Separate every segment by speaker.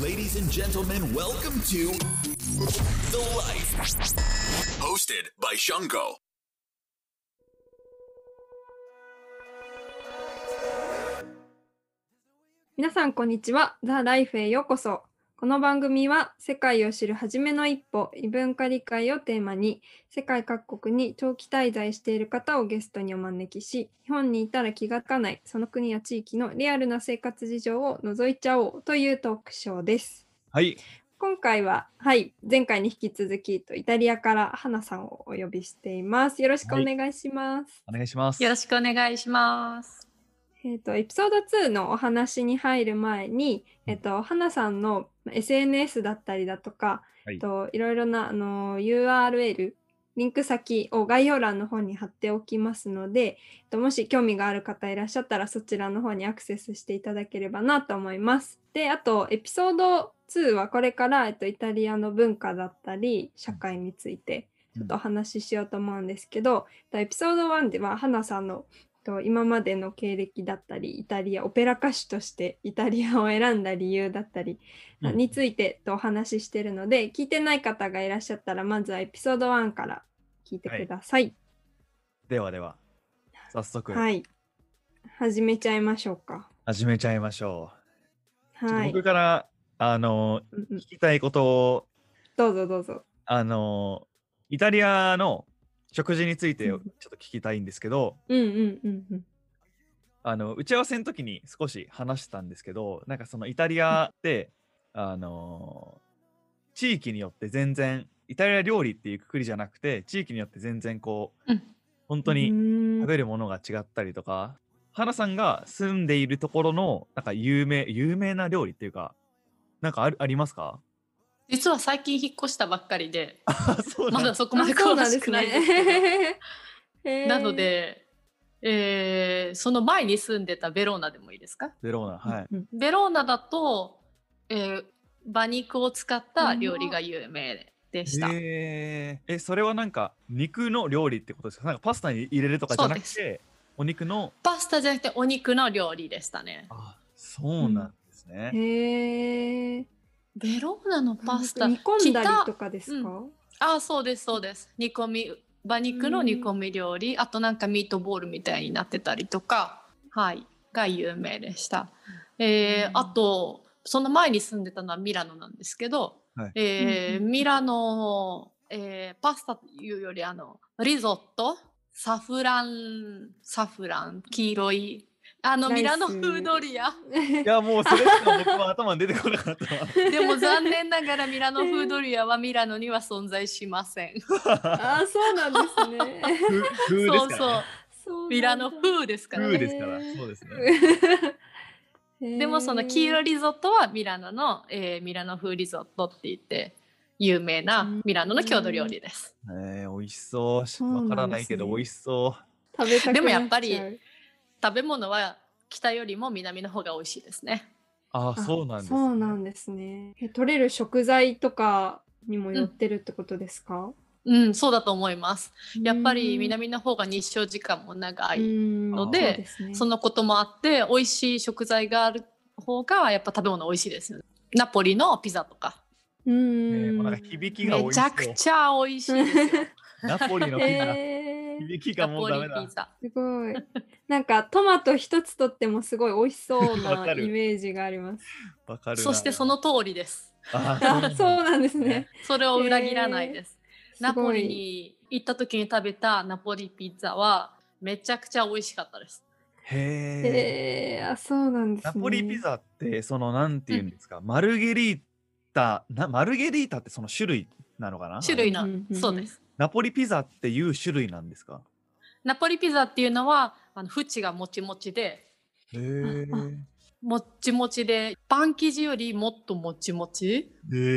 Speaker 1: Ladies and gentlemen, welcome to The Life. Hosted by Shungo.
Speaker 2: 皆さんこんにちは。ザ・ライフへようこそ。この番組は世界を知る初めの一歩、異文化理解をテーマに、世界各国に長期滞在している方をゲストにお招きし、日本にいたら気がつかない、その国や地域のリアルな生活事情を覗いちゃおうというトークショーです。
Speaker 3: はい、
Speaker 2: 今回は、はい、前回に引き続き、とイタリアから花さんをお呼びしています。よろしくお願いします。
Speaker 3: お願いします。
Speaker 4: よろしくお願いします。
Speaker 2: えっとエピソード2のお話に入る前に、えっと花さんのまあ SNS だったりだとか、
Speaker 3: はい
Speaker 2: いといろいろなあの URL リンク先を概要欄の方に貼っておきますので、えっともし興味がある方いらっしゃったらそちらの方にアクセスしていただければなと思います。であとエピソード2はこれから、えっとイタリアの文化だったり社会についてちょっとお話ししようと思うんですけど、えっとエピソード1では花さんのと今までの経歴だったりイタリアオペラ歌手としてイタリアを選んだ理由だったり、
Speaker 3: うん
Speaker 2: についてとお話ししてるので聞いてない方がいらっしゃったらまずはエピソード1から聞いてください。
Speaker 3: ではでは、早速
Speaker 2: はい、始めちゃいましょうか。
Speaker 3: 始めちゃいましょう。
Speaker 2: はい、
Speaker 3: 僕から、あの、
Speaker 2: うんうん
Speaker 3: 聞きたいことを、
Speaker 2: どうぞどうぞ。
Speaker 3: あの、イタリアの食事についてち
Speaker 2: う
Speaker 3: ょ
Speaker 2: ん
Speaker 3: っと聞きたいんですけど、
Speaker 2: うんうんうんうん。
Speaker 3: あの、打ち合わせの時に少し話してたんですけど、なんかそのイタリアって、あの、地域によって全然、イタリア料理っていうくくりじゃなくて、地域によって全然こう、
Speaker 4: うん
Speaker 3: 本当に食
Speaker 2: に
Speaker 3: べるものが違ったりとか、花さんが住んでいるところの、なんか有名、有名な料理っていうか、なんかあるありますか
Speaker 4: 実は最近引っ越したばっかりで、
Speaker 3: あそうな
Speaker 4: ま
Speaker 3: ん
Speaker 4: だそこまで
Speaker 2: あそう
Speaker 4: 詳
Speaker 2: なんで
Speaker 4: し
Speaker 2: す
Speaker 4: くないんですけど。
Speaker 2: ね。へー
Speaker 4: なの、で、えーその前に住んでたベローナでもいいですか
Speaker 3: ベローナ、はい。
Speaker 2: うん
Speaker 4: ベローナだと、えー馬肉を使った料理が有名でした。
Speaker 3: えーえ、それはなんか肉の料理ってことですかなんかパスタに入れるとかじゃなく
Speaker 4: そう
Speaker 3: て、お肉の、
Speaker 4: パスタじゃなくてお肉の料理でしたね。
Speaker 3: あ、そうなんですね。
Speaker 2: へー
Speaker 4: ベローナのパスタ。
Speaker 2: 煮込んだり
Speaker 4: 北
Speaker 2: とかですか、
Speaker 4: あそうですそうです煮込み馬肉の煮込み料理、あとなんかミートボールみたいになってたりとかはいが有名でした、えー
Speaker 2: うん
Speaker 4: あとその前に住んでたのはミラノなんですけど、
Speaker 3: はい
Speaker 4: えー
Speaker 2: うんうん
Speaker 4: ミラノ、えーパスタというよりあのリゾットサフランサフラン黄色いあの
Speaker 2: ライス
Speaker 4: ミラノフード リア
Speaker 3: いや、もうそれしか僕は頭に出てこなかった
Speaker 4: でも残念ながらミラノフードリアはミラノには存在しません。
Speaker 3: わ。
Speaker 2: あーそうなんですね。
Speaker 3: ふ風です
Speaker 4: そう
Speaker 3: から
Speaker 4: そう
Speaker 3: ね。
Speaker 4: ミラノ風ですから
Speaker 3: 風
Speaker 4: ね。
Speaker 3: ですから、そうですね。
Speaker 4: でもその黄色
Speaker 2: い
Speaker 4: いリゾットはミラノの、えーミラノ風リゾットって言って有名なミラノの郷土料理です。
Speaker 3: えー、美味しそうし。
Speaker 2: そうなん
Speaker 3: わ
Speaker 2: ですね
Speaker 3: からないけど、美味しそう。
Speaker 2: 食べたくなちゃう
Speaker 4: でもやっぱり食べ物は北よりも南の方が美味しいですね。
Speaker 3: あ、
Speaker 2: あ
Speaker 3: そうなんです、ね。
Speaker 2: そうなんですねえ取れる食材とかにもよってるってことですか、
Speaker 4: うん、そうだと思います。やっぱり
Speaker 2: 南
Speaker 4: 南の方が日照時間も長い
Speaker 2: の
Speaker 4: ので
Speaker 2: そ
Speaker 4: そのこともあって美味しい食材がある方がやっぱ食べ物美味しいですよね。ナポリのピザとか
Speaker 3: ねもうなんか
Speaker 2: 響
Speaker 3: 響きが美
Speaker 4: め
Speaker 3: 味し
Speaker 4: ちゃく
Speaker 3: そ
Speaker 4: ちゃ美味しいですよ。
Speaker 3: う。ナポリのピザ。
Speaker 2: えー、
Speaker 3: 響きが
Speaker 4: ナ
Speaker 3: も
Speaker 4: ポ
Speaker 3: うダメ
Speaker 4: リ
Speaker 3: だ
Speaker 4: ピ。ザ。
Speaker 2: すごいなんかトマト一つとってもすごい美味しそう
Speaker 3: わ
Speaker 2: な
Speaker 3: かる
Speaker 2: イメージがあります
Speaker 3: わかるな。
Speaker 4: そしてその通りです。
Speaker 3: あー。
Speaker 2: あそうなんですね
Speaker 4: それを裏切らないです。
Speaker 2: すごい
Speaker 4: ナポリに行った時に食べたナポリピッツァはめちゃくちゃ美味しかったです。
Speaker 3: へえ。
Speaker 2: えー、あそうなんです
Speaker 3: ナ
Speaker 2: ね
Speaker 3: ポリピザってそのなんていうんですか、マルゲリータなマルゲリータってその種類なのかな。
Speaker 4: 種類
Speaker 3: あれ
Speaker 4: の、
Speaker 2: うんうんうん
Speaker 4: そうです。
Speaker 3: ナポリピザっていう種類なんですか。
Speaker 4: ナポリピザっていうのはあの縁がもちもちで、
Speaker 3: へえ。
Speaker 4: もっちもちで、パン生地よりもっともちもち。
Speaker 3: えー、すげ
Speaker 2: へ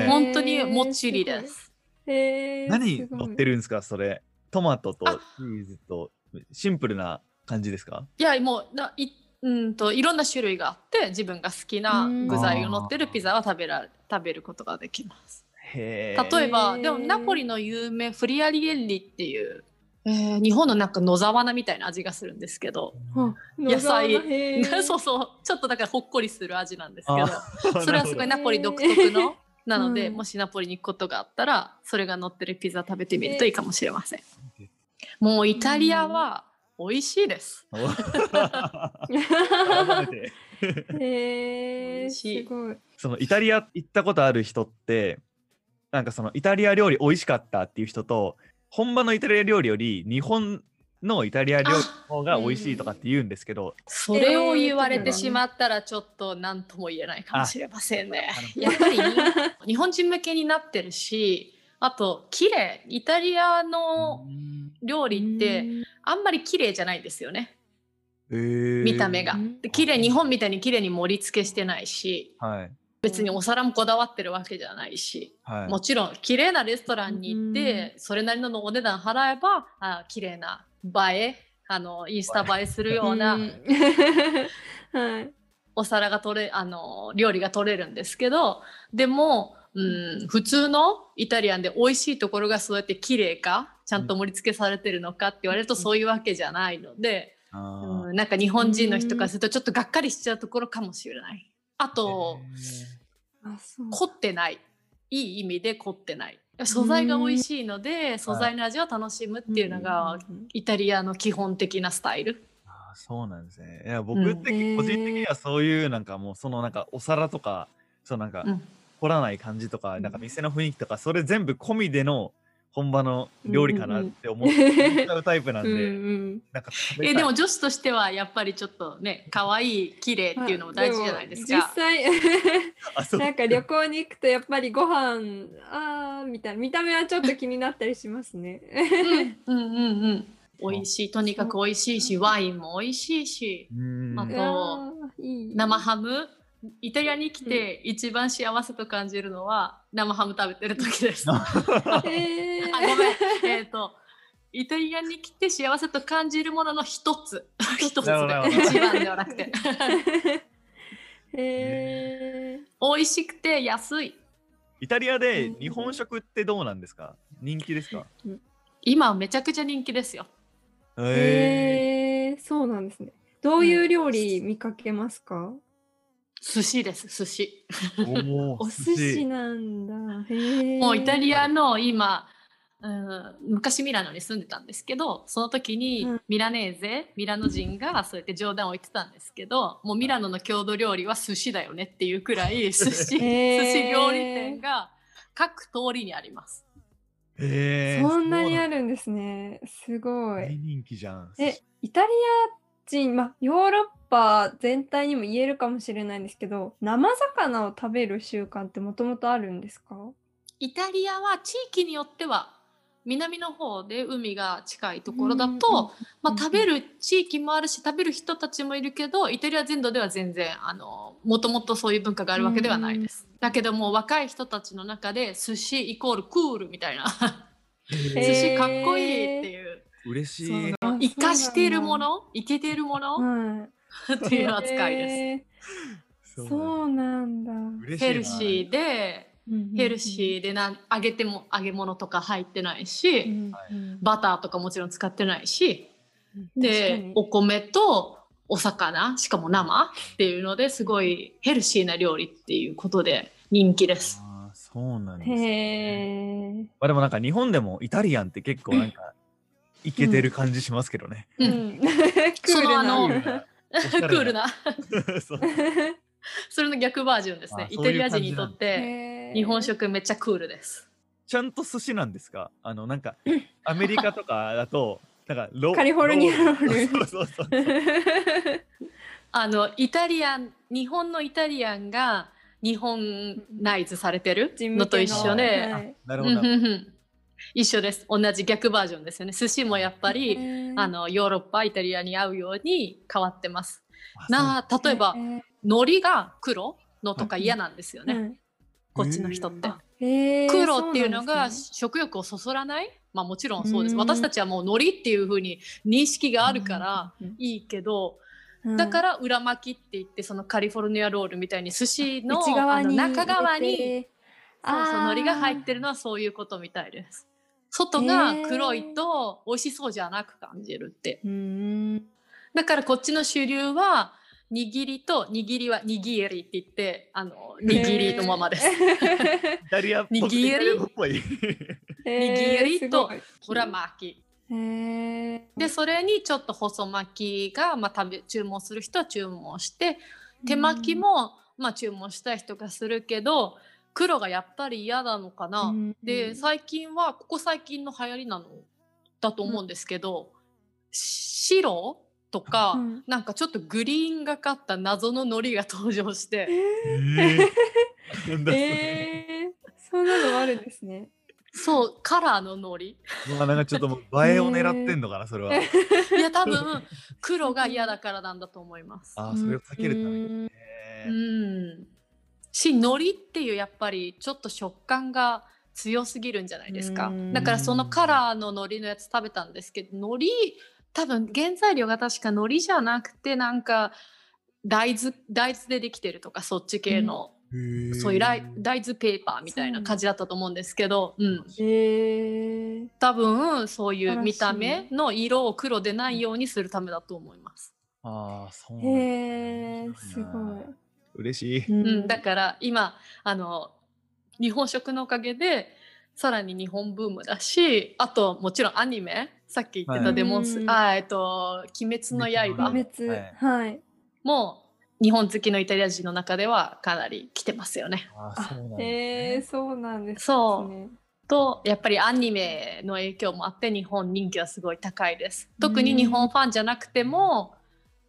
Speaker 2: ー
Speaker 3: え。
Speaker 4: 本当にもっちりです。
Speaker 2: えー、
Speaker 3: 何乗って
Speaker 2: る
Speaker 3: るんですかそれ。トマトと
Speaker 4: あ
Speaker 3: チーズとシンプルな感じですか。
Speaker 4: いや、もうないうんといろんな種類があって、自分が好きな具材が乗ってるピザは食べられ食べることができます。
Speaker 3: へえ。
Speaker 4: 例えば、
Speaker 2: へー
Speaker 4: でもナポリの有名フリアリエッリっていうえー日本のなんか野沢菜みたいな味がするんですけど、野菜 そうそうちょっとだからほっこりする味なんですけどそれはすごい
Speaker 2: なる
Speaker 4: ナポリ独特
Speaker 2: へー
Speaker 4: のなので、
Speaker 2: うん
Speaker 4: もしナポリに行くことがあったらそれが乗ってるピザ食べてみるといいかもしれません、もうイタリアは美味しいです、
Speaker 3: ほど改めて
Speaker 2: へ
Speaker 4: 美
Speaker 2: え
Speaker 4: 味しい
Speaker 2: すごい。
Speaker 3: そのイタリア行ったことある人ってなんかそのイタリア料理美味しかったっていう人と本場のイタリア料理より日本のイタリア料理の方が美味しいとかって言うんですけど、
Speaker 4: それを言われてしまったらちょっと何とも言えないかもしれませんね
Speaker 3: あなるほ
Speaker 4: やっぱり日本人向けになってるしあと綺麗イタリアの料理ってあんまり綺麗じゃないですよね見
Speaker 3: 見
Speaker 4: た目が
Speaker 2: うん
Speaker 4: で綺麗日本みたいに綺麗に盛り付けしてないし
Speaker 3: はい
Speaker 4: 別にお皿もこだわってるわけじゃないし、
Speaker 3: はい
Speaker 4: もちろん綺麗なレストランに行って、それなりのお値段払えばあ綺麗な映えあのインスタ映えするような
Speaker 2: うん はい。
Speaker 4: お皿が取れあの料理が取れるんですけどでも、うん、普通のイタリアンで美味しいところがそうやって綺麗かちゃんと盛り付けされてるのかって言われるとそういうわけじゃないので。
Speaker 3: あー
Speaker 4: うん、なんか日本人の人からするとちょっとがっかりしちゃうところかもしれない。あと、
Speaker 2: あそう。
Speaker 4: 凝ってない。いい意味で凝ってない。素材が美味しいので、素材の味を楽しむっていうのが、
Speaker 2: うん
Speaker 4: イタリアの基本的なスタイル。
Speaker 3: あーそうなんですね。いや
Speaker 4: う
Speaker 3: 僕
Speaker 4: ん
Speaker 3: 的、個人的にはそういうなんかもうそのなんかお皿とかそのなんか
Speaker 4: うん
Speaker 3: 凝らない感じとか、なんか店の雰囲気とかそれ全部込みでの本場の料理かなって思っ
Speaker 2: うんうんうん
Speaker 3: ちゃうタイプなん
Speaker 2: う
Speaker 3: で、
Speaker 2: んうん。
Speaker 3: なんか食べたい
Speaker 4: えでも女子としてはやっぱりちょっとね、可愛い綺麗っていうのも大事じゃないです
Speaker 2: も
Speaker 4: か。
Speaker 2: 実際
Speaker 3: あそう
Speaker 2: なんか旅行に行くとやっぱりご飯あーみたいな見た目はちょっと気になったりしますね。
Speaker 4: うんうんうんうん。美味しい、とにかく美味しいし、ワインも美味しいし、
Speaker 3: うん
Speaker 4: あ
Speaker 2: う
Speaker 4: と
Speaker 2: わーいい
Speaker 4: 生ハム。イタリアに来て一番幸せと感じるのは生ハム食べてる時です。
Speaker 2: えー
Speaker 4: あごめん。えっ、と、イタリアに来て幸せと感じるものの一つ。一つで
Speaker 3: なるほどなるほど
Speaker 4: 一番ではなく て。
Speaker 2: へー
Speaker 4: 美味しくて安い。
Speaker 3: イタリアで日本食ってどうなんですか人気ですか
Speaker 4: 今めちゃくちゃ人気ですよ。
Speaker 3: え
Speaker 2: へーそうなんですね。どういう料理見かけますか？
Speaker 4: 寿司です、寿司。
Speaker 3: お
Speaker 2: お
Speaker 3: お
Speaker 2: 寿司なんだ。へー
Speaker 4: もうイタリアの今、うん昔ミラノに住んでたんですけどその時に
Speaker 2: うん
Speaker 4: ミラネーゼミラノ人がそうやって冗談を言ってたんですけどもうミラノの郷土料理は寿司だよねっていうくら い寿司寿
Speaker 2: へー
Speaker 4: 司料理店が各通りにあります。
Speaker 3: え
Speaker 2: そんなにあ
Speaker 3: る
Speaker 2: るんですね。すごい。
Speaker 3: 大人気じゃん
Speaker 2: えイタリア人、まあ、ヨーロッパ全体にも言えるかもしれないんですけど生魚を食べる習慣ってもともとあるんですか
Speaker 4: イタリアは地域によっては南の方で海が近いところだと、ま
Speaker 2: う
Speaker 4: あ、
Speaker 2: ん
Speaker 4: 食べる地域もあるし食べる人たちもいるけどイタリア全土では全然あのもともとそういう文化があるわけではないです。だけどもう若い人たちの中で寿司イコールクールみたいな
Speaker 2: へ
Speaker 4: 寿
Speaker 2: ー
Speaker 4: 司かっこいいっていう
Speaker 3: 嬉しい
Speaker 2: あ
Speaker 4: 生かしているも
Speaker 2: そ
Speaker 4: のいけているも
Speaker 2: う
Speaker 4: の
Speaker 2: なんだ
Speaker 4: っていう扱いです。
Speaker 2: すそうなんだ
Speaker 3: 嬉しいな
Speaker 4: ヘルシーでヘルシーでなん揚げても揚げ物とか入ってないし。
Speaker 2: うん
Speaker 3: は
Speaker 4: バターとかもちろん使ってないし
Speaker 2: 確か
Speaker 4: で
Speaker 2: に
Speaker 4: お米とお魚しかも生っていうのですごいヘルシーな料理っていうことで人気です。
Speaker 3: あーそうなんですね
Speaker 2: へえ
Speaker 3: まあでもなんか日本でもイタリアンって結構なんか いけてる感じしますけどね。
Speaker 4: うん
Speaker 2: クール
Speaker 4: そのあ
Speaker 2: な
Speaker 4: の
Speaker 3: クールな
Speaker 4: ク ール な
Speaker 3: そう
Speaker 4: それの逆バージョンですね
Speaker 3: あ
Speaker 4: イ
Speaker 3: そう
Speaker 4: タ
Speaker 3: いう
Speaker 4: リア
Speaker 3: 感じ
Speaker 4: 人にとっ
Speaker 2: へ
Speaker 4: て
Speaker 2: ー
Speaker 4: 日本食めっちゃクールです。
Speaker 3: ちゃんと寿司なんですかあのなんかアメリカとかだ となんかロ
Speaker 2: カリフォルニアロール
Speaker 3: そうそうそう
Speaker 4: あのイタリアン日本のイタリアンが日本ナイズされてる
Speaker 2: 人
Speaker 4: の
Speaker 2: 向
Speaker 4: と
Speaker 2: け
Speaker 4: 一
Speaker 2: の
Speaker 4: 緒で
Speaker 2: は
Speaker 3: あ
Speaker 2: い
Speaker 3: なる
Speaker 4: う
Speaker 3: ほ
Speaker 4: ん
Speaker 3: ど
Speaker 4: う
Speaker 3: なんるほ
Speaker 4: うん一緒です同じ逆バージョンですよね寿司もやっぱりあのヨーロッパイタリアに合うように変わってます。
Speaker 3: ど。あ
Speaker 4: なあ例えば
Speaker 2: へー
Speaker 4: 海苔が黒のとか嫌なんですよね、
Speaker 2: うん
Speaker 4: こっちの人って。
Speaker 2: へー
Speaker 4: 黒っていうの
Speaker 2: そうな
Speaker 4: が
Speaker 2: んですね
Speaker 4: 食欲をそそらないまあもちろんそうです
Speaker 2: うん
Speaker 4: 私たちはもう海苔っていう風に認識があるから
Speaker 2: うん
Speaker 4: いいけど
Speaker 2: うん
Speaker 4: だから裏巻きって言ってそのカリフォルニアロールみたいに寿司の
Speaker 2: 内側
Speaker 4: あの
Speaker 2: に
Speaker 4: 中側
Speaker 2: 入れ
Speaker 4: に
Speaker 2: て
Speaker 4: そうそう
Speaker 2: あー
Speaker 4: 海苔が入ってるのはそういうことみたいです。外が黒いと美味しそうじゃなく感じるって。
Speaker 2: うーん。
Speaker 4: だからこっちの主流は握りと握りは握りって言ってあの握りのままです。
Speaker 3: イタリアっぽくて
Speaker 4: 握り
Speaker 3: イタリアっぽ い。
Speaker 2: へー
Speaker 4: 握りと。
Speaker 2: すごい
Speaker 4: 裏巻き。
Speaker 2: へー
Speaker 4: でそれにちょっと細巻きが、まあ、食べ注文する人は注文して手巻きも、まあ、注文したい人がするけど黒がやっぱり嫌なのかな。
Speaker 2: うん
Speaker 4: で最近はここ最近の流行りなのだと思うんですけど、白とか、
Speaker 2: うん
Speaker 4: なんかちょっとグリーンがかった謎の海苔が登場して
Speaker 3: えーなんだそれ
Speaker 2: えー、そんなのあるんですね。
Speaker 4: そうカラーの 海
Speaker 3: うわなんかちょっともう映えを狙ってんのかな、それは。
Speaker 4: 苔いや多分黒が嫌だからなんだと思います。
Speaker 3: ああ、それを避けるために
Speaker 2: に。
Speaker 3: ね。
Speaker 4: うんし海苔っていうやっぱりちょっと食感が強すぎるんじゃないですか
Speaker 2: うん
Speaker 4: だからそのカラーの海苔のやつ食べたんですけど海苔多分原材料が確か海苔じゃなくてなんか大豆大豆でできてるとかそっち系の、
Speaker 3: へー
Speaker 4: そういうライ大豆ペーパーみたいな感じだったと思うんですけど、うん、
Speaker 2: えー、
Speaker 4: 多分そうい
Speaker 2: 素晴
Speaker 4: う
Speaker 2: らしい
Speaker 4: 見た目の色を黒でないようにするためだと思います。
Speaker 3: ああ、そうなんだ
Speaker 2: へー、すごい。。
Speaker 3: 嬉しい。
Speaker 2: うん
Speaker 4: うん、だから今あの日本食のおかげでさらに日本ブームだしあともちろんアニメさっき言って
Speaker 3: は
Speaker 4: た
Speaker 3: い
Speaker 4: デモンス、
Speaker 2: うん
Speaker 4: あえっと「鬼滅の
Speaker 3: ら
Speaker 2: 破
Speaker 4: 刃
Speaker 2: 滅
Speaker 3: はい
Speaker 2: はい。」
Speaker 4: も日本好きのイタリア人の中ではかなり来てますよね。
Speaker 3: ああ、そうなんだ、
Speaker 2: へえー、
Speaker 3: ね。
Speaker 2: そうなんです、ね。
Speaker 4: そうとやっぱりアニメの影響もあって日本人気はすごい高いです。特に日本ファンじゃなくても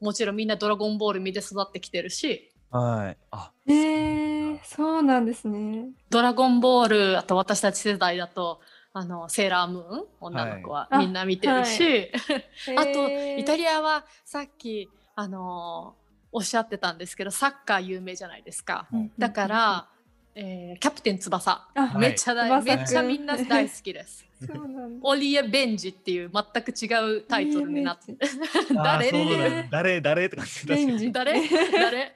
Speaker 4: もちろんみんな「ドラゴンボール」見て育ってきてるし
Speaker 3: はい。 あ、
Speaker 2: えー、そうなんですね。
Speaker 4: ドラゴンボール、あと私たち世代だと、あの、セーラームーン、女の子は
Speaker 2: はい
Speaker 4: みんな見てるし、あと、イタ
Speaker 2: リ
Speaker 4: リアはさっき、あのーおっしゃってたんですけど、サッカー有名じゃないですか。
Speaker 2: ア
Speaker 4: だか、ら、えーキャプテン翼。
Speaker 2: あ、
Speaker 3: はい
Speaker 4: めっちゃ大、
Speaker 2: 翼
Speaker 4: め
Speaker 2: くん
Speaker 4: っちゃみんな大好きです。
Speaker 2: そうなんだ。
Speaker 4: オリエ・ベンジっていう全く違うタイトルになって、
Speaker 3: あー
Speaker 4: 誰
Speaker 3: そうだね誰誰って感じ。確か
Speaker 2: レンジ
Speaker 3: に。
Speaker 4: 誰誰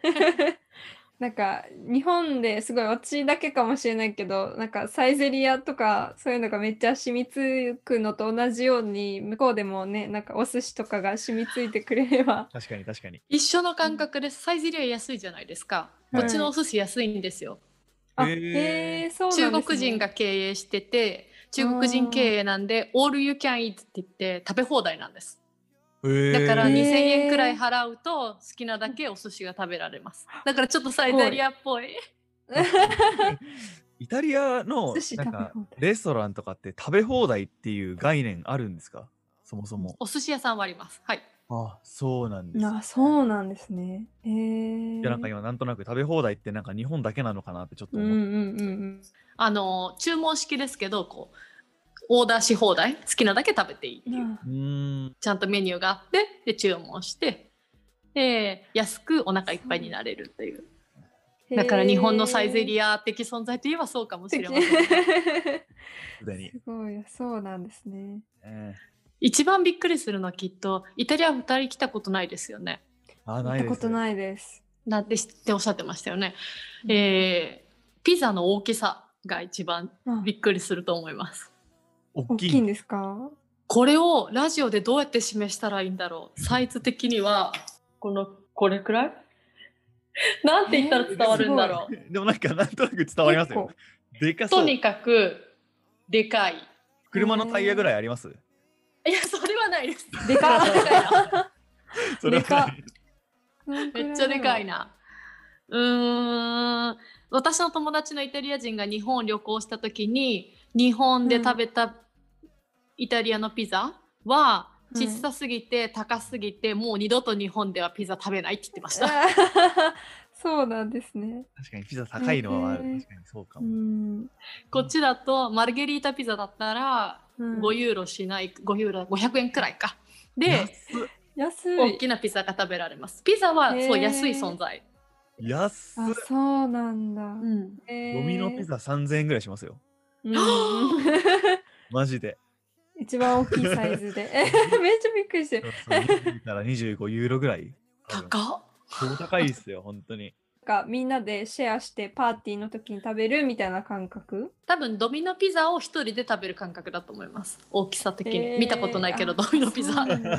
Speaker 2: なんか日本ですごい私だけかもしれないけどなんかサイゼリアとかそういうのがめっちゃ染みつくのと同じように向こうでもねなんかお寿司とかが染みついてくれれば
Speaker 3: 確かに、確かに。
Speaker 4: 一緒の感覚です。サイゼリア安いじゃないですか。こっちのお寿司安いんですよ。
Speaker 2: あ
Speaker 3: へー
Speaker 2: へえそうなんです、ね、
Speaker 4: 中国人が経営してて中国人経営なんでオールユ can eat って言って食べ放題なんですだから
Speaker 2: へ
Speaker 4: 2000
Speaker 2: ー
Speaker 4: 円くらい払うと好きなだけお寿司が食べられますだからちょっとサイゼリアっぽい
Speaker 3: イタリアの
Speaker 2: 寿司
Speaker 3: なん
Speaker 2: 食べ
Speaker 3: か
Speaker 2: 放題
Speaker 3: レストランとかって食べ放題っていう概念あるんですかそもそも。
Speaker 4: お寿司屋さんはありますはい
Speaker 3: あそうなんです。
Speaker 2: あそうなんですねへえ
Speaker 3: いやなんか今なんとなく食べ放題ってなんか日本だけなのかなってちょっと
Speaker 2: うんう
Speaker 3: 思っ
Speaker 2: んうんうん
Speaker 4: あの注文式ですけどこうオーダーし放題好きなだけ食べていいっていう
Speaker 2: なあ
Speaker 3: うーん
Speaker 4: ちゃんとメニューがあってで注文してで安くお腹いっぱいになれるというだから日本のサイゼリア的存在といえばそうかもしれませんね
Speaker 2: へ
Speaker 3: すでに
Speaker 2: え。すごいそうなんですね
Speaker 3: え
Speaker 4: 一番びっくりするのはきっとイタリア2人来たことないですよね。
Speaker 3: えあ
Speaker 2: 行っ
Speaker 3: な
Speaker 2: た
Speaker 3: いで
Speaker 2: こ
Speaker 3: す。
Speaker 2: とないです
Speaker 4: なんてっておっしゃってましたよね。えーピザの大きさが一番
Speaker 2: あ
Speaker 4: びっくりすると思います。
Speaker 3: 大
Speaker 2: 大
Speaker 3: き
Speaker 2: き
Speaker 3: い
Speaker 2: いんですか
Speaker 4: これをラジオでどうやって示したらいいんだろう。サイズ的にはこのこれくらいなんて言ったら伝わるんだろう。
Speaker 3: でもなんかなんとなく伝わりますよ。でかそ
Speaker 4: と
Speaker 3: う。
Speaker 4: にかくでかい。
Speaker 3: 車のタイヤぐらいあります。
Speaker 4: いやそれはないです。
Speaker 2: でか
Speaker 4: でかいな
Speaker 3: それ
Speaker 2: でか
Speaker 3: はない
Speaker 2: め
Speaker 4: めっちゃでかいな。うーん。私の友達のイタリア人が日本を旅行した時に日本で食べたイタリアのピザは
Speaker 2: うん
Speaker 4: 小さすぎて高すぎてもう二度と日本ではピザ食べないって言ってました。
Speaker 2: あー そうなんですね。
Speaker 3: 確かにピザ高いの
Speaker 2: へ
Speaker 3: は
Speaker 2: え
Speaker 3: 確かにそうか
Speaker 2: う
Speaker 3: も。
Speaker 2: ん。
Speaker 4: こっちだとマルゲリータピザだったら
Speaker 2: うん
Speaker 4: 5ユーロしない5ユーロ500円くらいか。で
Speaker 2: 安
Speaker 4: 大
Speaker 2: い。
Speaker 4: きなピザが食べられます。ピザは
Speaker 2: へー
Speaker 4: そう安い存在。
Speaker 3: 安
Speaker 2: あ
Speaker 3: っ。、
Speaker 2: そうなんだ。
Speaker 4: うん
Speaker 2: ド
Speaker 3: ドミノピ。ザ3000円ぐらいしますよ。
Speaker 2: うん
Speaker 3: マジで。
Speaker 2: 一番大きいサイズで。 めっちゃびっくりして
Speaker 3: そ
Speaker 2: る。
Speaker 3: うそう20から25ユーロぐらい。多分
Speaker 4: 高っ
Speaker 3: 超高いっすよ、本当に。
Speaker 2: かみんなでシェアしてパーティーの時に食べるみたいな感覚
Speaker 4: 多分ドミノピザを一人で食べる感覚だと思います大きさ的に、
Speaker 2: へー
Speaker 4: 見たことないけど
Speaker 2: あ
Speaker 4: ドミノピ
Speaker 2: そう
Speaker 4: ザ
Speaker 2: なんだ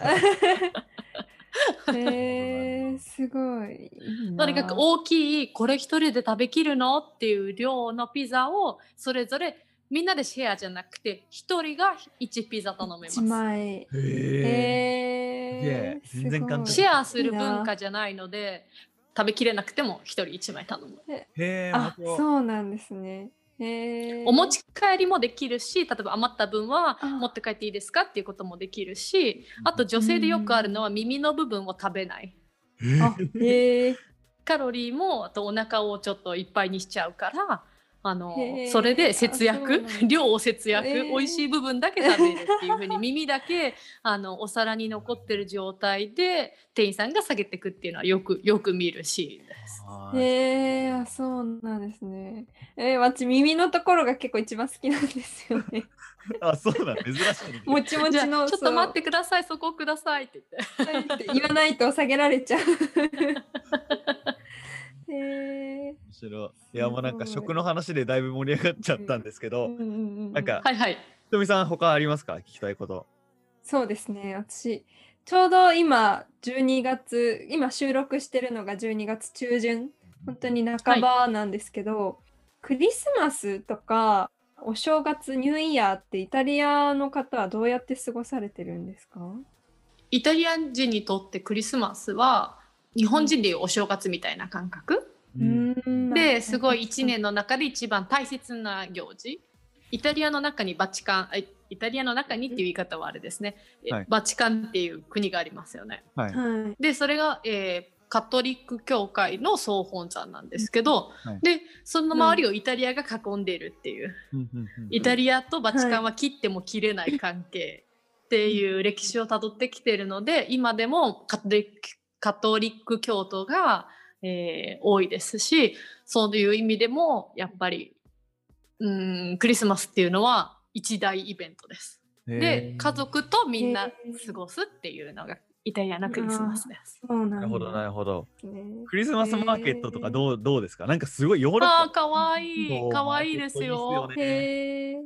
Speaker 2: へえすごいいい
Speaker 4: とにかく大きいこれ一人で食べきるのっていう量のピザをそれぞれみんなでシェアじゃなくて一人が1ピザ頼め
Speaker 2: 1
Speaker 4: ま
Speaker 2: 枚
Speaker 3: へえ。
Speaker 2: へえ
Speaker 3: すげえ全然簡単
Speaker 4: すシェアする
Speaker 2: いいな
Speaker 4: 文化じゃないので食べきれなくても一人1枚頼む
Speaker 3: へえ。
Speaker 2: あ
Speaker 3: 面白い
Speaker 2: そうなんですねへえ
Speaker 4: お持ち帰りもできるし例えば余った分は
Speaker 2: あ
Speaker 4: 持って帰っていいですかっていうこともできるし
Speaker 3: うん
Speaker 4: あと女性でよくあるのは耳の部分を食べない
Speaker 2: あへえ
Speaker 4: カロリーもあとお腹をちょっといっぱいにしちゃうからあの
Speaker 2: へー
Speaker 4: それで節
Speaker 2: あそう
Speaker 4: 約
Speaker 2: なんだ
Speaker 4: 量を節約、
Speaker 2: へー
Speaker 4: 美味しい部分だけ食べるっていうふうに耳だけ あのお皿に残ってる状態で店員さんが下げてくっていうのはよくよく見るシーンです。
Speaker 3: はい
Speaker 2: へえあそうなんですねえー、私耳のところが結構一番好きなんですよ ね
Speaker 3: あ、そうだ。珍しいね。
Speaker 2: もちも
Speaker 4: じ
Speaker 2: ち
Speaker 4: ゃ
Speaker 2: の
Speaker 4: あちょっと待ってくださいそこくださいって言って。
Speaker 2: って言わないと下げられちゃう へえ
Speaker 3: 面白い。いや、もうなんか
Speaker 2: すごい
Speaker 3: 食の話でだいぶ盛り上がっちゃったんですけ
Speaker 2: う
Speaker 3: ど
Speaker 2: ん、うんうんうん
Speaker 3: なんか
Speaker 4: はいはい。
Speaker 3: ひとみさん、他ありますか聞きたいこと。
Speaker 2: そうですね私ちょうど今12月今収録してるのが12月中旬本当に半ばなんですけど、クリスマスとかお正月ニューイヤーってイタリアの方はどうやって過ごされてるんですか
Speaker 4: イタリア人にとってクリスマスは日本人でいうお正月みたいな感覚、
Speaker 2: うん
Speaker 4: ですごい1年の中で一番大切な行事イタリアの中にバチカンあイイタリアの中にっていう言い方はあれですね、え
Speaker 3: はい
Speaker 4: バチカンっていう国がありますよね
Speaker 3: はい。
Speaker 2: はい
Speaker 4: でそれが、えーカトリック教会の総本山なんですけど、
Speaker 3: うんはい
Speaker 4: でその周りをイタリアが囲んでいるっていう、
Speaker 3: うんうんうん
Speaker 4: イタリアとバチカンは切っても切れない関係っていう歴史をたどってきているので今でもカトリックカトリック教徒が、えー多いですしそういう意味でもやっぱりうーんクリスマスっていうのは一大イベントです。
Speaker 3: へ
Speaker 4: で
Speaker 3: ー
Speaker 4: 家族とみん
Speaker 2: へ
Speaker 4: な
Speaker 2: ー
Speaker 4: 過ごすっていうのがイタリアのクリスマスです。
Speaker 2: そうなん
Speaker 3: な
Speaker 2: だ
Speaker 3: るほど、なるほど。
Speaker 2: ね
Speaker 3: クリスマスマーケットとかどうどうですかなんかすごいヨーロ
Speaker 4: あ
Speaker 3: ッ
Speaker 4: あかわい
Speaker 3: パ
Speaker 4: いかわいいですよ。
Speaker 3: マーケットいいっすよね
Speaker 2: へえ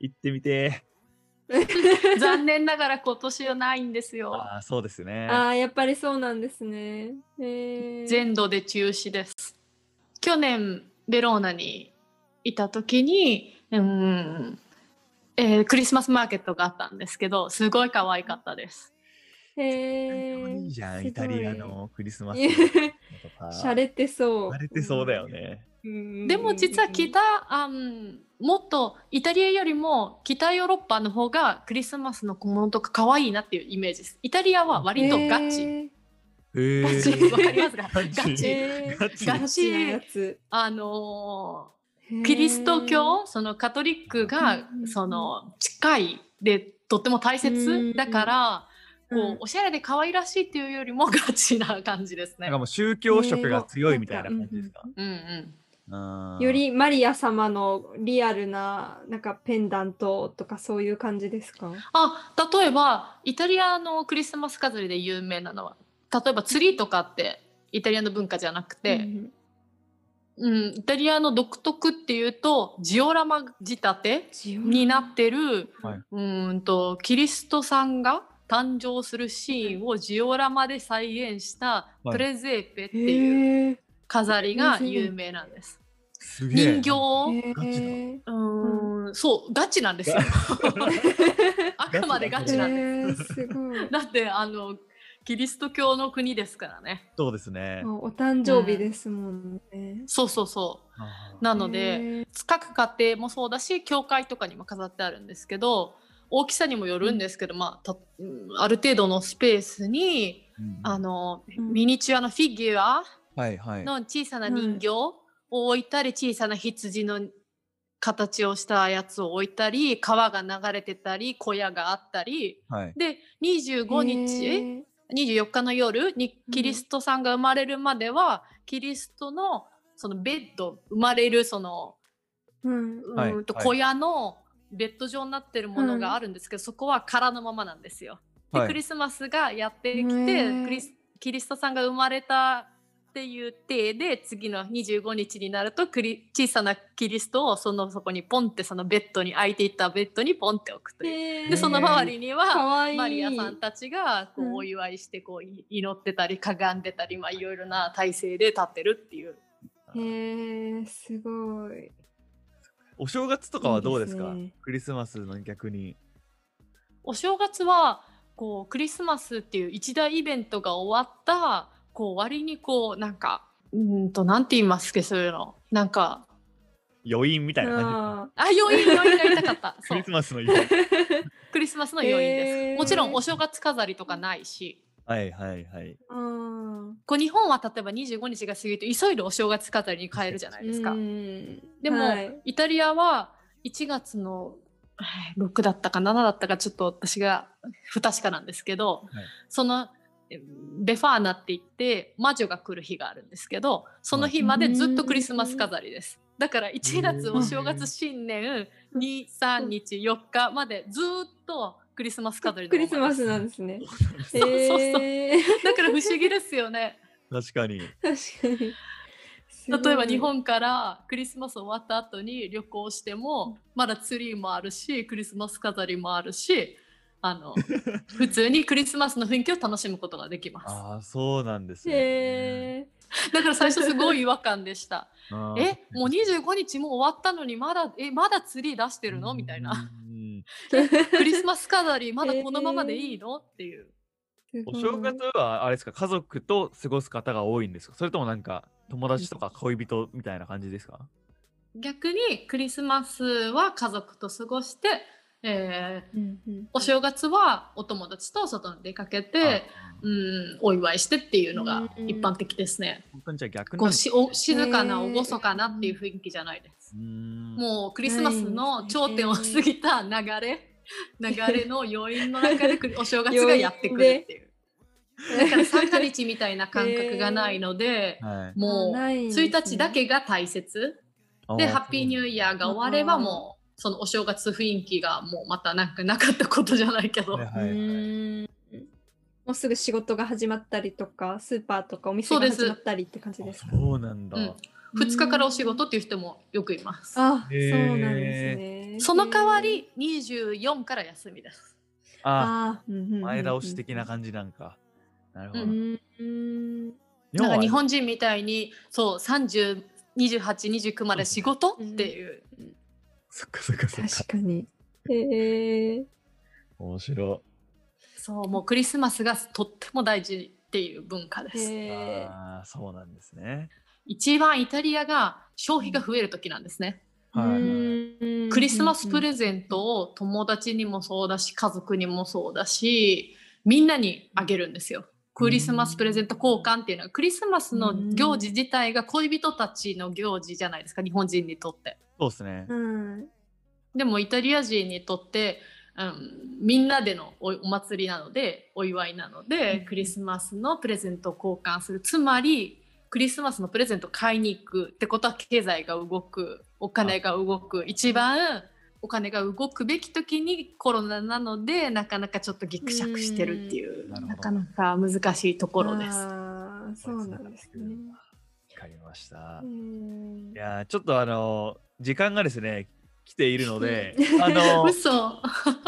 Speaker 3: 行ってみて。
Speaker 4: 残念ながら今年はないんですよ。
Speaker 3: ああ、そうですね。
Speaker 2: あーやっぱりそうなんですねへえ
Speaker 4: 全土で中止です。去年ベローナにいた時に、うんえークリスマスマーケットがあったんですけどすごい可愛かったです。
Speaker 2: へえ
Speaker 3: いいじ
Speaker 2: す
Speaker 3: ゃん、
Speaker 2: ごい
Speaker 3: イタリアのクリスマス
Speaker 2: いや
Speaker 3: とか。
Speaker 2: 洒落てそう
Speaker 3: されてそうだよね。
Speaker 4: で
Speaker 2: で
Speaker 4: も実は北、あんもっとイタリアよりも北ヨーロッパの方がクリスマスの小物とか可愛いなっていうイメージです。イタリアは割とガチ。
Speaker 2: え
Speaker 3: へ
Speaker 4: ガチわかりますか
Speaker 3: ガ
Speaker 4: ガ
Speaker 3: チ
Speaker 2: ー
Speaker 4: チ。
Speaker 2: え
Speaker 3: ガチ
Speaker 2: ー、ガチなやつ。
Speaker 4: あのーキリスト教そのカトリック
Speaker 2: う
Speaker 4: が
Speaker 2: んうんうん
Speaker 4: その近いでとっても大
Speaker 2: うん
Speaker 4: 切だから
Speaker 2: うん
Speaker 4: こうおしゃれで可愛らしいっていうよりもガチな感じです
Speaker 3: な
Speaker 4: ね
Speaker 3: ん。かもう宗教色が強いみたいな感じですか。
Speaker 4: うんうん、
Speaker 3: うん
Speaker 2: よりマリア様のリアルななんかペンダントとかそういう感じですか
Speaker 4: あ例えばイタリアのクリスマス飾りで有名なのは例えばツリーとかってイタリアの文化じゃなくて、
Speaker 2: うん
Speaker 4: うん、イタリアの独特っていうとジオラマ仕立てになってる、
Speaker 3: はいう
Speaker 4: ーんとキリストさんが誕生するシーンをジオラマで再現した
Speaker 3: はい
Speaker 4: トレゼーペっていう
Speaker 2: へえ
Speaker 4: 飾りが有名なんです。
Speaker 3: すげえ
Speaker 4: 人形をう
Speaker 3: ガチだ
Speaker 2: へ
Speaker 4: ーんそうガチなんですよ。 あくまでガ
Speaker 2: え
Speaker 4: チなんです。
Speaker 2: すご い
Speaker 4: だってあのキリスト教の国ですからね。
Speaker 3: そうですね。
Speaker 2: お誕生日ですもんね。
Speaker 4: そうそうそう。
Speaker 3: あー
Speaker 4: なので、
Speaker 2: へえ
Speaker 4: 各家庭もそうだし教会とかにも飾ってあるんですけど大きさにもよるんですけど、まあ、たうんある程度のスペースに
Speaker 3: うん
Speaker 4: あの、
Speaker 2: うん
Speaker 4: ミニチュアのフィギュア
Speaker 3: はいはい。
Speaker 4: の小さな人形を置いたり、小さな羊の形をしたやつを置いたり川が流れてたり小屋があったり
Speaker 3: はい。
Speaker 4: で25日、
Speaker 2: へえ
Speaker 4: 24日の夜に
Speaker 2: うん
Speaker 4: キリストさんが生まれるまでは、キリストのそのベッド生まれるその
Speaker 2: うん
Speaker 4: う
Speaker 3: はい
Speaker 4: ーんと
Speaker 3: はい
Speaker 4: 小屋のベッド状になってるものがあるんですけど、そこは空のままなんですよ。で、
Speaker 3: はい
Speaker 4: クリスマスがやってき
Speaker 2: へ
Speaker 4: て
Speaker 2: ー
Speaker 4: クリスキリストさんが生まれたっていう体で次の25日になるとクリ小さなキリストをそのそこにポンってそのベッドに空いていったベッドにポンって置くという。
Speaker 2: へー
Speaker 4: でその周りに
Speaker 2: か
Speaker 4: は
Speaker 2: わいい。
Speaker 4: マリアさんたちがこ
Speaker 2: うん
Speaker 4: うお祝いしてこうい祈ってたりかがんでたりまあいろいろな体勢で立ってるっていう。
Speaker 2: へーすごい。
Speaker 3: お正月とかはどうですか
Speaker 2: いいですね
Speaker 3: クリスマスの逆に。
Speaker 4: お正月はこうクリスマスっていう一大イベントが終わったこう割にこうなんかうーんとなんて言いますっけそういうのなんか
Speaker 3: 余韻みたいな感
Speaker 2: あ
Speaker 4: あ余韻余韻が言いたかった
Speaker 3: じ。ク
Speaker 4: そう
Speaker 3: リスマスの余 韻。
Speaker 2: ー
Speaker 4: クリスマスの余韻です、
Speaker 2: へー
Speaker 4: もちろんお正月飾りとかないし
Speaker 3: はいはいはい。
Speaker 2: うん
Speaker 4: こう日本は例えば25日が過ぎると急いでお正月飾りに変えるじゃないですか、
Speaker 2: うん
Speaker 4: でも、
Speaker 2: はい
Speaker 4: イタリアは1月のえー6だったか7だったかちょっと私が不確かなんですけど、
Speaker 3: はい
Speaker 4: そのえーベファーナって言って魔女が来る日があるんですけどその日までずっとクリスマス飾りです。だから1月お正月新年23日4日までずっとクリスマス飾りの
Speaker 2: ク
Speaker 4: まま
Speaker 2: リスマスなんですね。
Speaker 4: うそうそう
Speaker 2: へー
Speaker 4: だから不思議ですよね。
Speaker 3: 確かに。
Speaker 2: 確かに。すごい
Speaker 4: 例えば日本からクリスマス終わった後に旅行してもまだツリーもあるしクリスマス飾りもあるし あの普通にクリスマスの雰囲気を楽しむことができま
Speaker 3: ああ、そうなんですね。
Speaker 2: へ
Speaker 4: すだから最初すごい違和感でした
Speaker 3: あー
Speaker 4: えもう25日も終わったのにまだえまだツリー出してるのみたい。
Speaker 3: う
Speaker 4: なんクリスマス飾りまだこのままでいいのっていう
Speaker 2: ー
Speaker 3: お正月はあれですか、家族と過ごす方が多いんですかそれともなんか友達とか恋人みたいな感じですか
Speaker 4: 逆にクリスマスは家族と過ごして、えー
Speaker 2: うんうん
Speaker 4: お正月はお友達と外に出かけて、
Speaker 3: あ
Speaker 4: うん、お祝いしてっていうのが一般的ですね。
Speaker 3: 本当にじゃあ逆
Speaker 4: こ
Speaker 3: なん
Speaker 4: う
Speaker 3: です
Speaker 4: しお静かな
Speaker 2: へー
Speaker 4: 厳かなっていう雰囲気じゃないです。
Speaker 3: うーん
Speaker 4: もうクリスマスの頂点を
Speaker 2: ないんです
Speaker 4: 過
Speaker 2: ね
Speaker 4: ぎた流れ、流れの余韻の中でくるお正月がやってくるっていう。だから三が日みたいな感覚がないので、
Speaker 3: はい
Speaker 4: もう
Speaker 2: あないんですね
Speaker 4: 1日だけが大切
Speaker 3: あー
Speaker 4: でハッピーニューイヤーが終われば
Speaker 2: うん
Speaker 4: もうそのお正月雰囲気がもうまたなんかなかったことじゃないけど、
Speaker 3: はいはいは
Speaker 2: う
Speaker 3: い
Speaker 2: ーんもうすぐ仕事が始まったりとか、スーパーとかお店
Speaker 4: そう
Speaker 2: が
Speaker 4: です
Speaker 2: 始まったりって感じですか。
Speaker 3: そうなんだ。
Speaker 4: うん2日からお仕事っていう人もよくいます。
Speaker 2: あ、
Speaker 3: へー
Speaker 2: そうなんですね。
Speaker 4: その代わり24から休みです。
Speaker 3: あ
Speaker 2: あー、うんうんうんうん
Speaker 3: あ、前倒し的な感じなんか。なるほど。
Speaker 4: う
Speaker 2: うん
Speaker 4: なんか日
Speaker 3: は
Speaker 4: 本人みたいにそう30 28、29まで仕事っていう、
Speaker 3: そっかそっかそっか
Speaker 2: 確。かに。へえ。
Speaker 3: 面白
Speaker 4: そうもうクリスマスがとっても大事っていう文化で
Speaker 2: へ
Speaker 4: す。
Speaker 3: い。
Speaker 2: え。
Speaker 3: ああ、そうなんですね。
Speaker 4: 一番イタリアが消費が増える時なんですね。
Speaker 3: はいはい。
Speaker 4: クリスマスプ
Speaker 2: ン
Speaker 4: レゼントを友達にもそうだし家族にもそうだしみんなにあげるんですよ。クリスマスプレゼント交換っていうのはクリスマスの行事自体が恋人たちの行事じゃないですか日本人にとって。
Speaker 3: そうですね
Speaker 2: う。ん。
Speaker 4: でもイタリア人にとって、うん、みんなでのおお祭りなのでお祝いなので、
Speaker 2: うん
Speaker 4: クリスマスのプレゼントを交換するつまりクリスマスのプレゼント買いに行くってことは経済が動くお金が動く一番お金が動くべき時にコロナなのでなかなかちょっとギクシャクしてるっていううん
Speaker 3: なるほ
Speaker 4: な
Speaker 3: ど
Speaker 4: かなか難しいところです。
Speaker 2: ああ、そうなんですね。
Speaker 3: わかりました。
Speaker 2: うん
Speaker 3: いやー、ちょっとあのー、時間がですね、来ているので、あのー、
Speaker 4: 嘘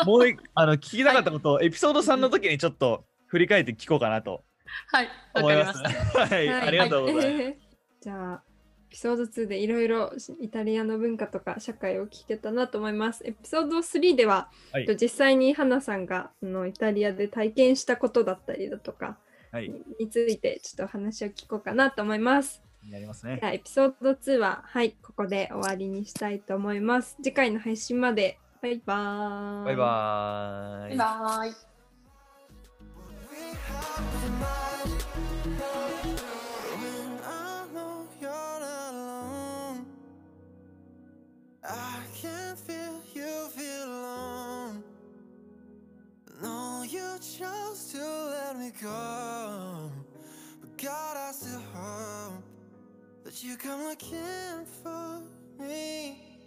Speaker 3: もういあの、聞きたかったことを、エピソード3の時にちょっと振り返って聞こうかなと
Speaker 4: はいわ
Speaker 3: 思
Speaker 4: か
Speaker 3: い
Speaker 4: り
Speaker 3: ま。
Speaker 4: ますした。
Speaker 3: はい、ありがとうございます。
Speaker 2: す。 じゃあ、エピソード2でいろいろイタリアの文化とか社会を聞けたなと思います。エピソード3では、
Speaker 3: はい
Speaker 2: えっと実際に花さんがあのイタリアで体験したことだったりだとか
Speaker 3: はい、
Speaker 2: についてちょっとお話を聞こうかなと思います。
Speaker 3: やりますね
Speaker 2: じ。ゃあ、エピソード2は、はい、ここで終わりにしたいと思います。次回の配信まで、バイバーイ。
Speaker 3: バイバーイ。
Speaker 4: バイ
Speaker 5: You come looking for me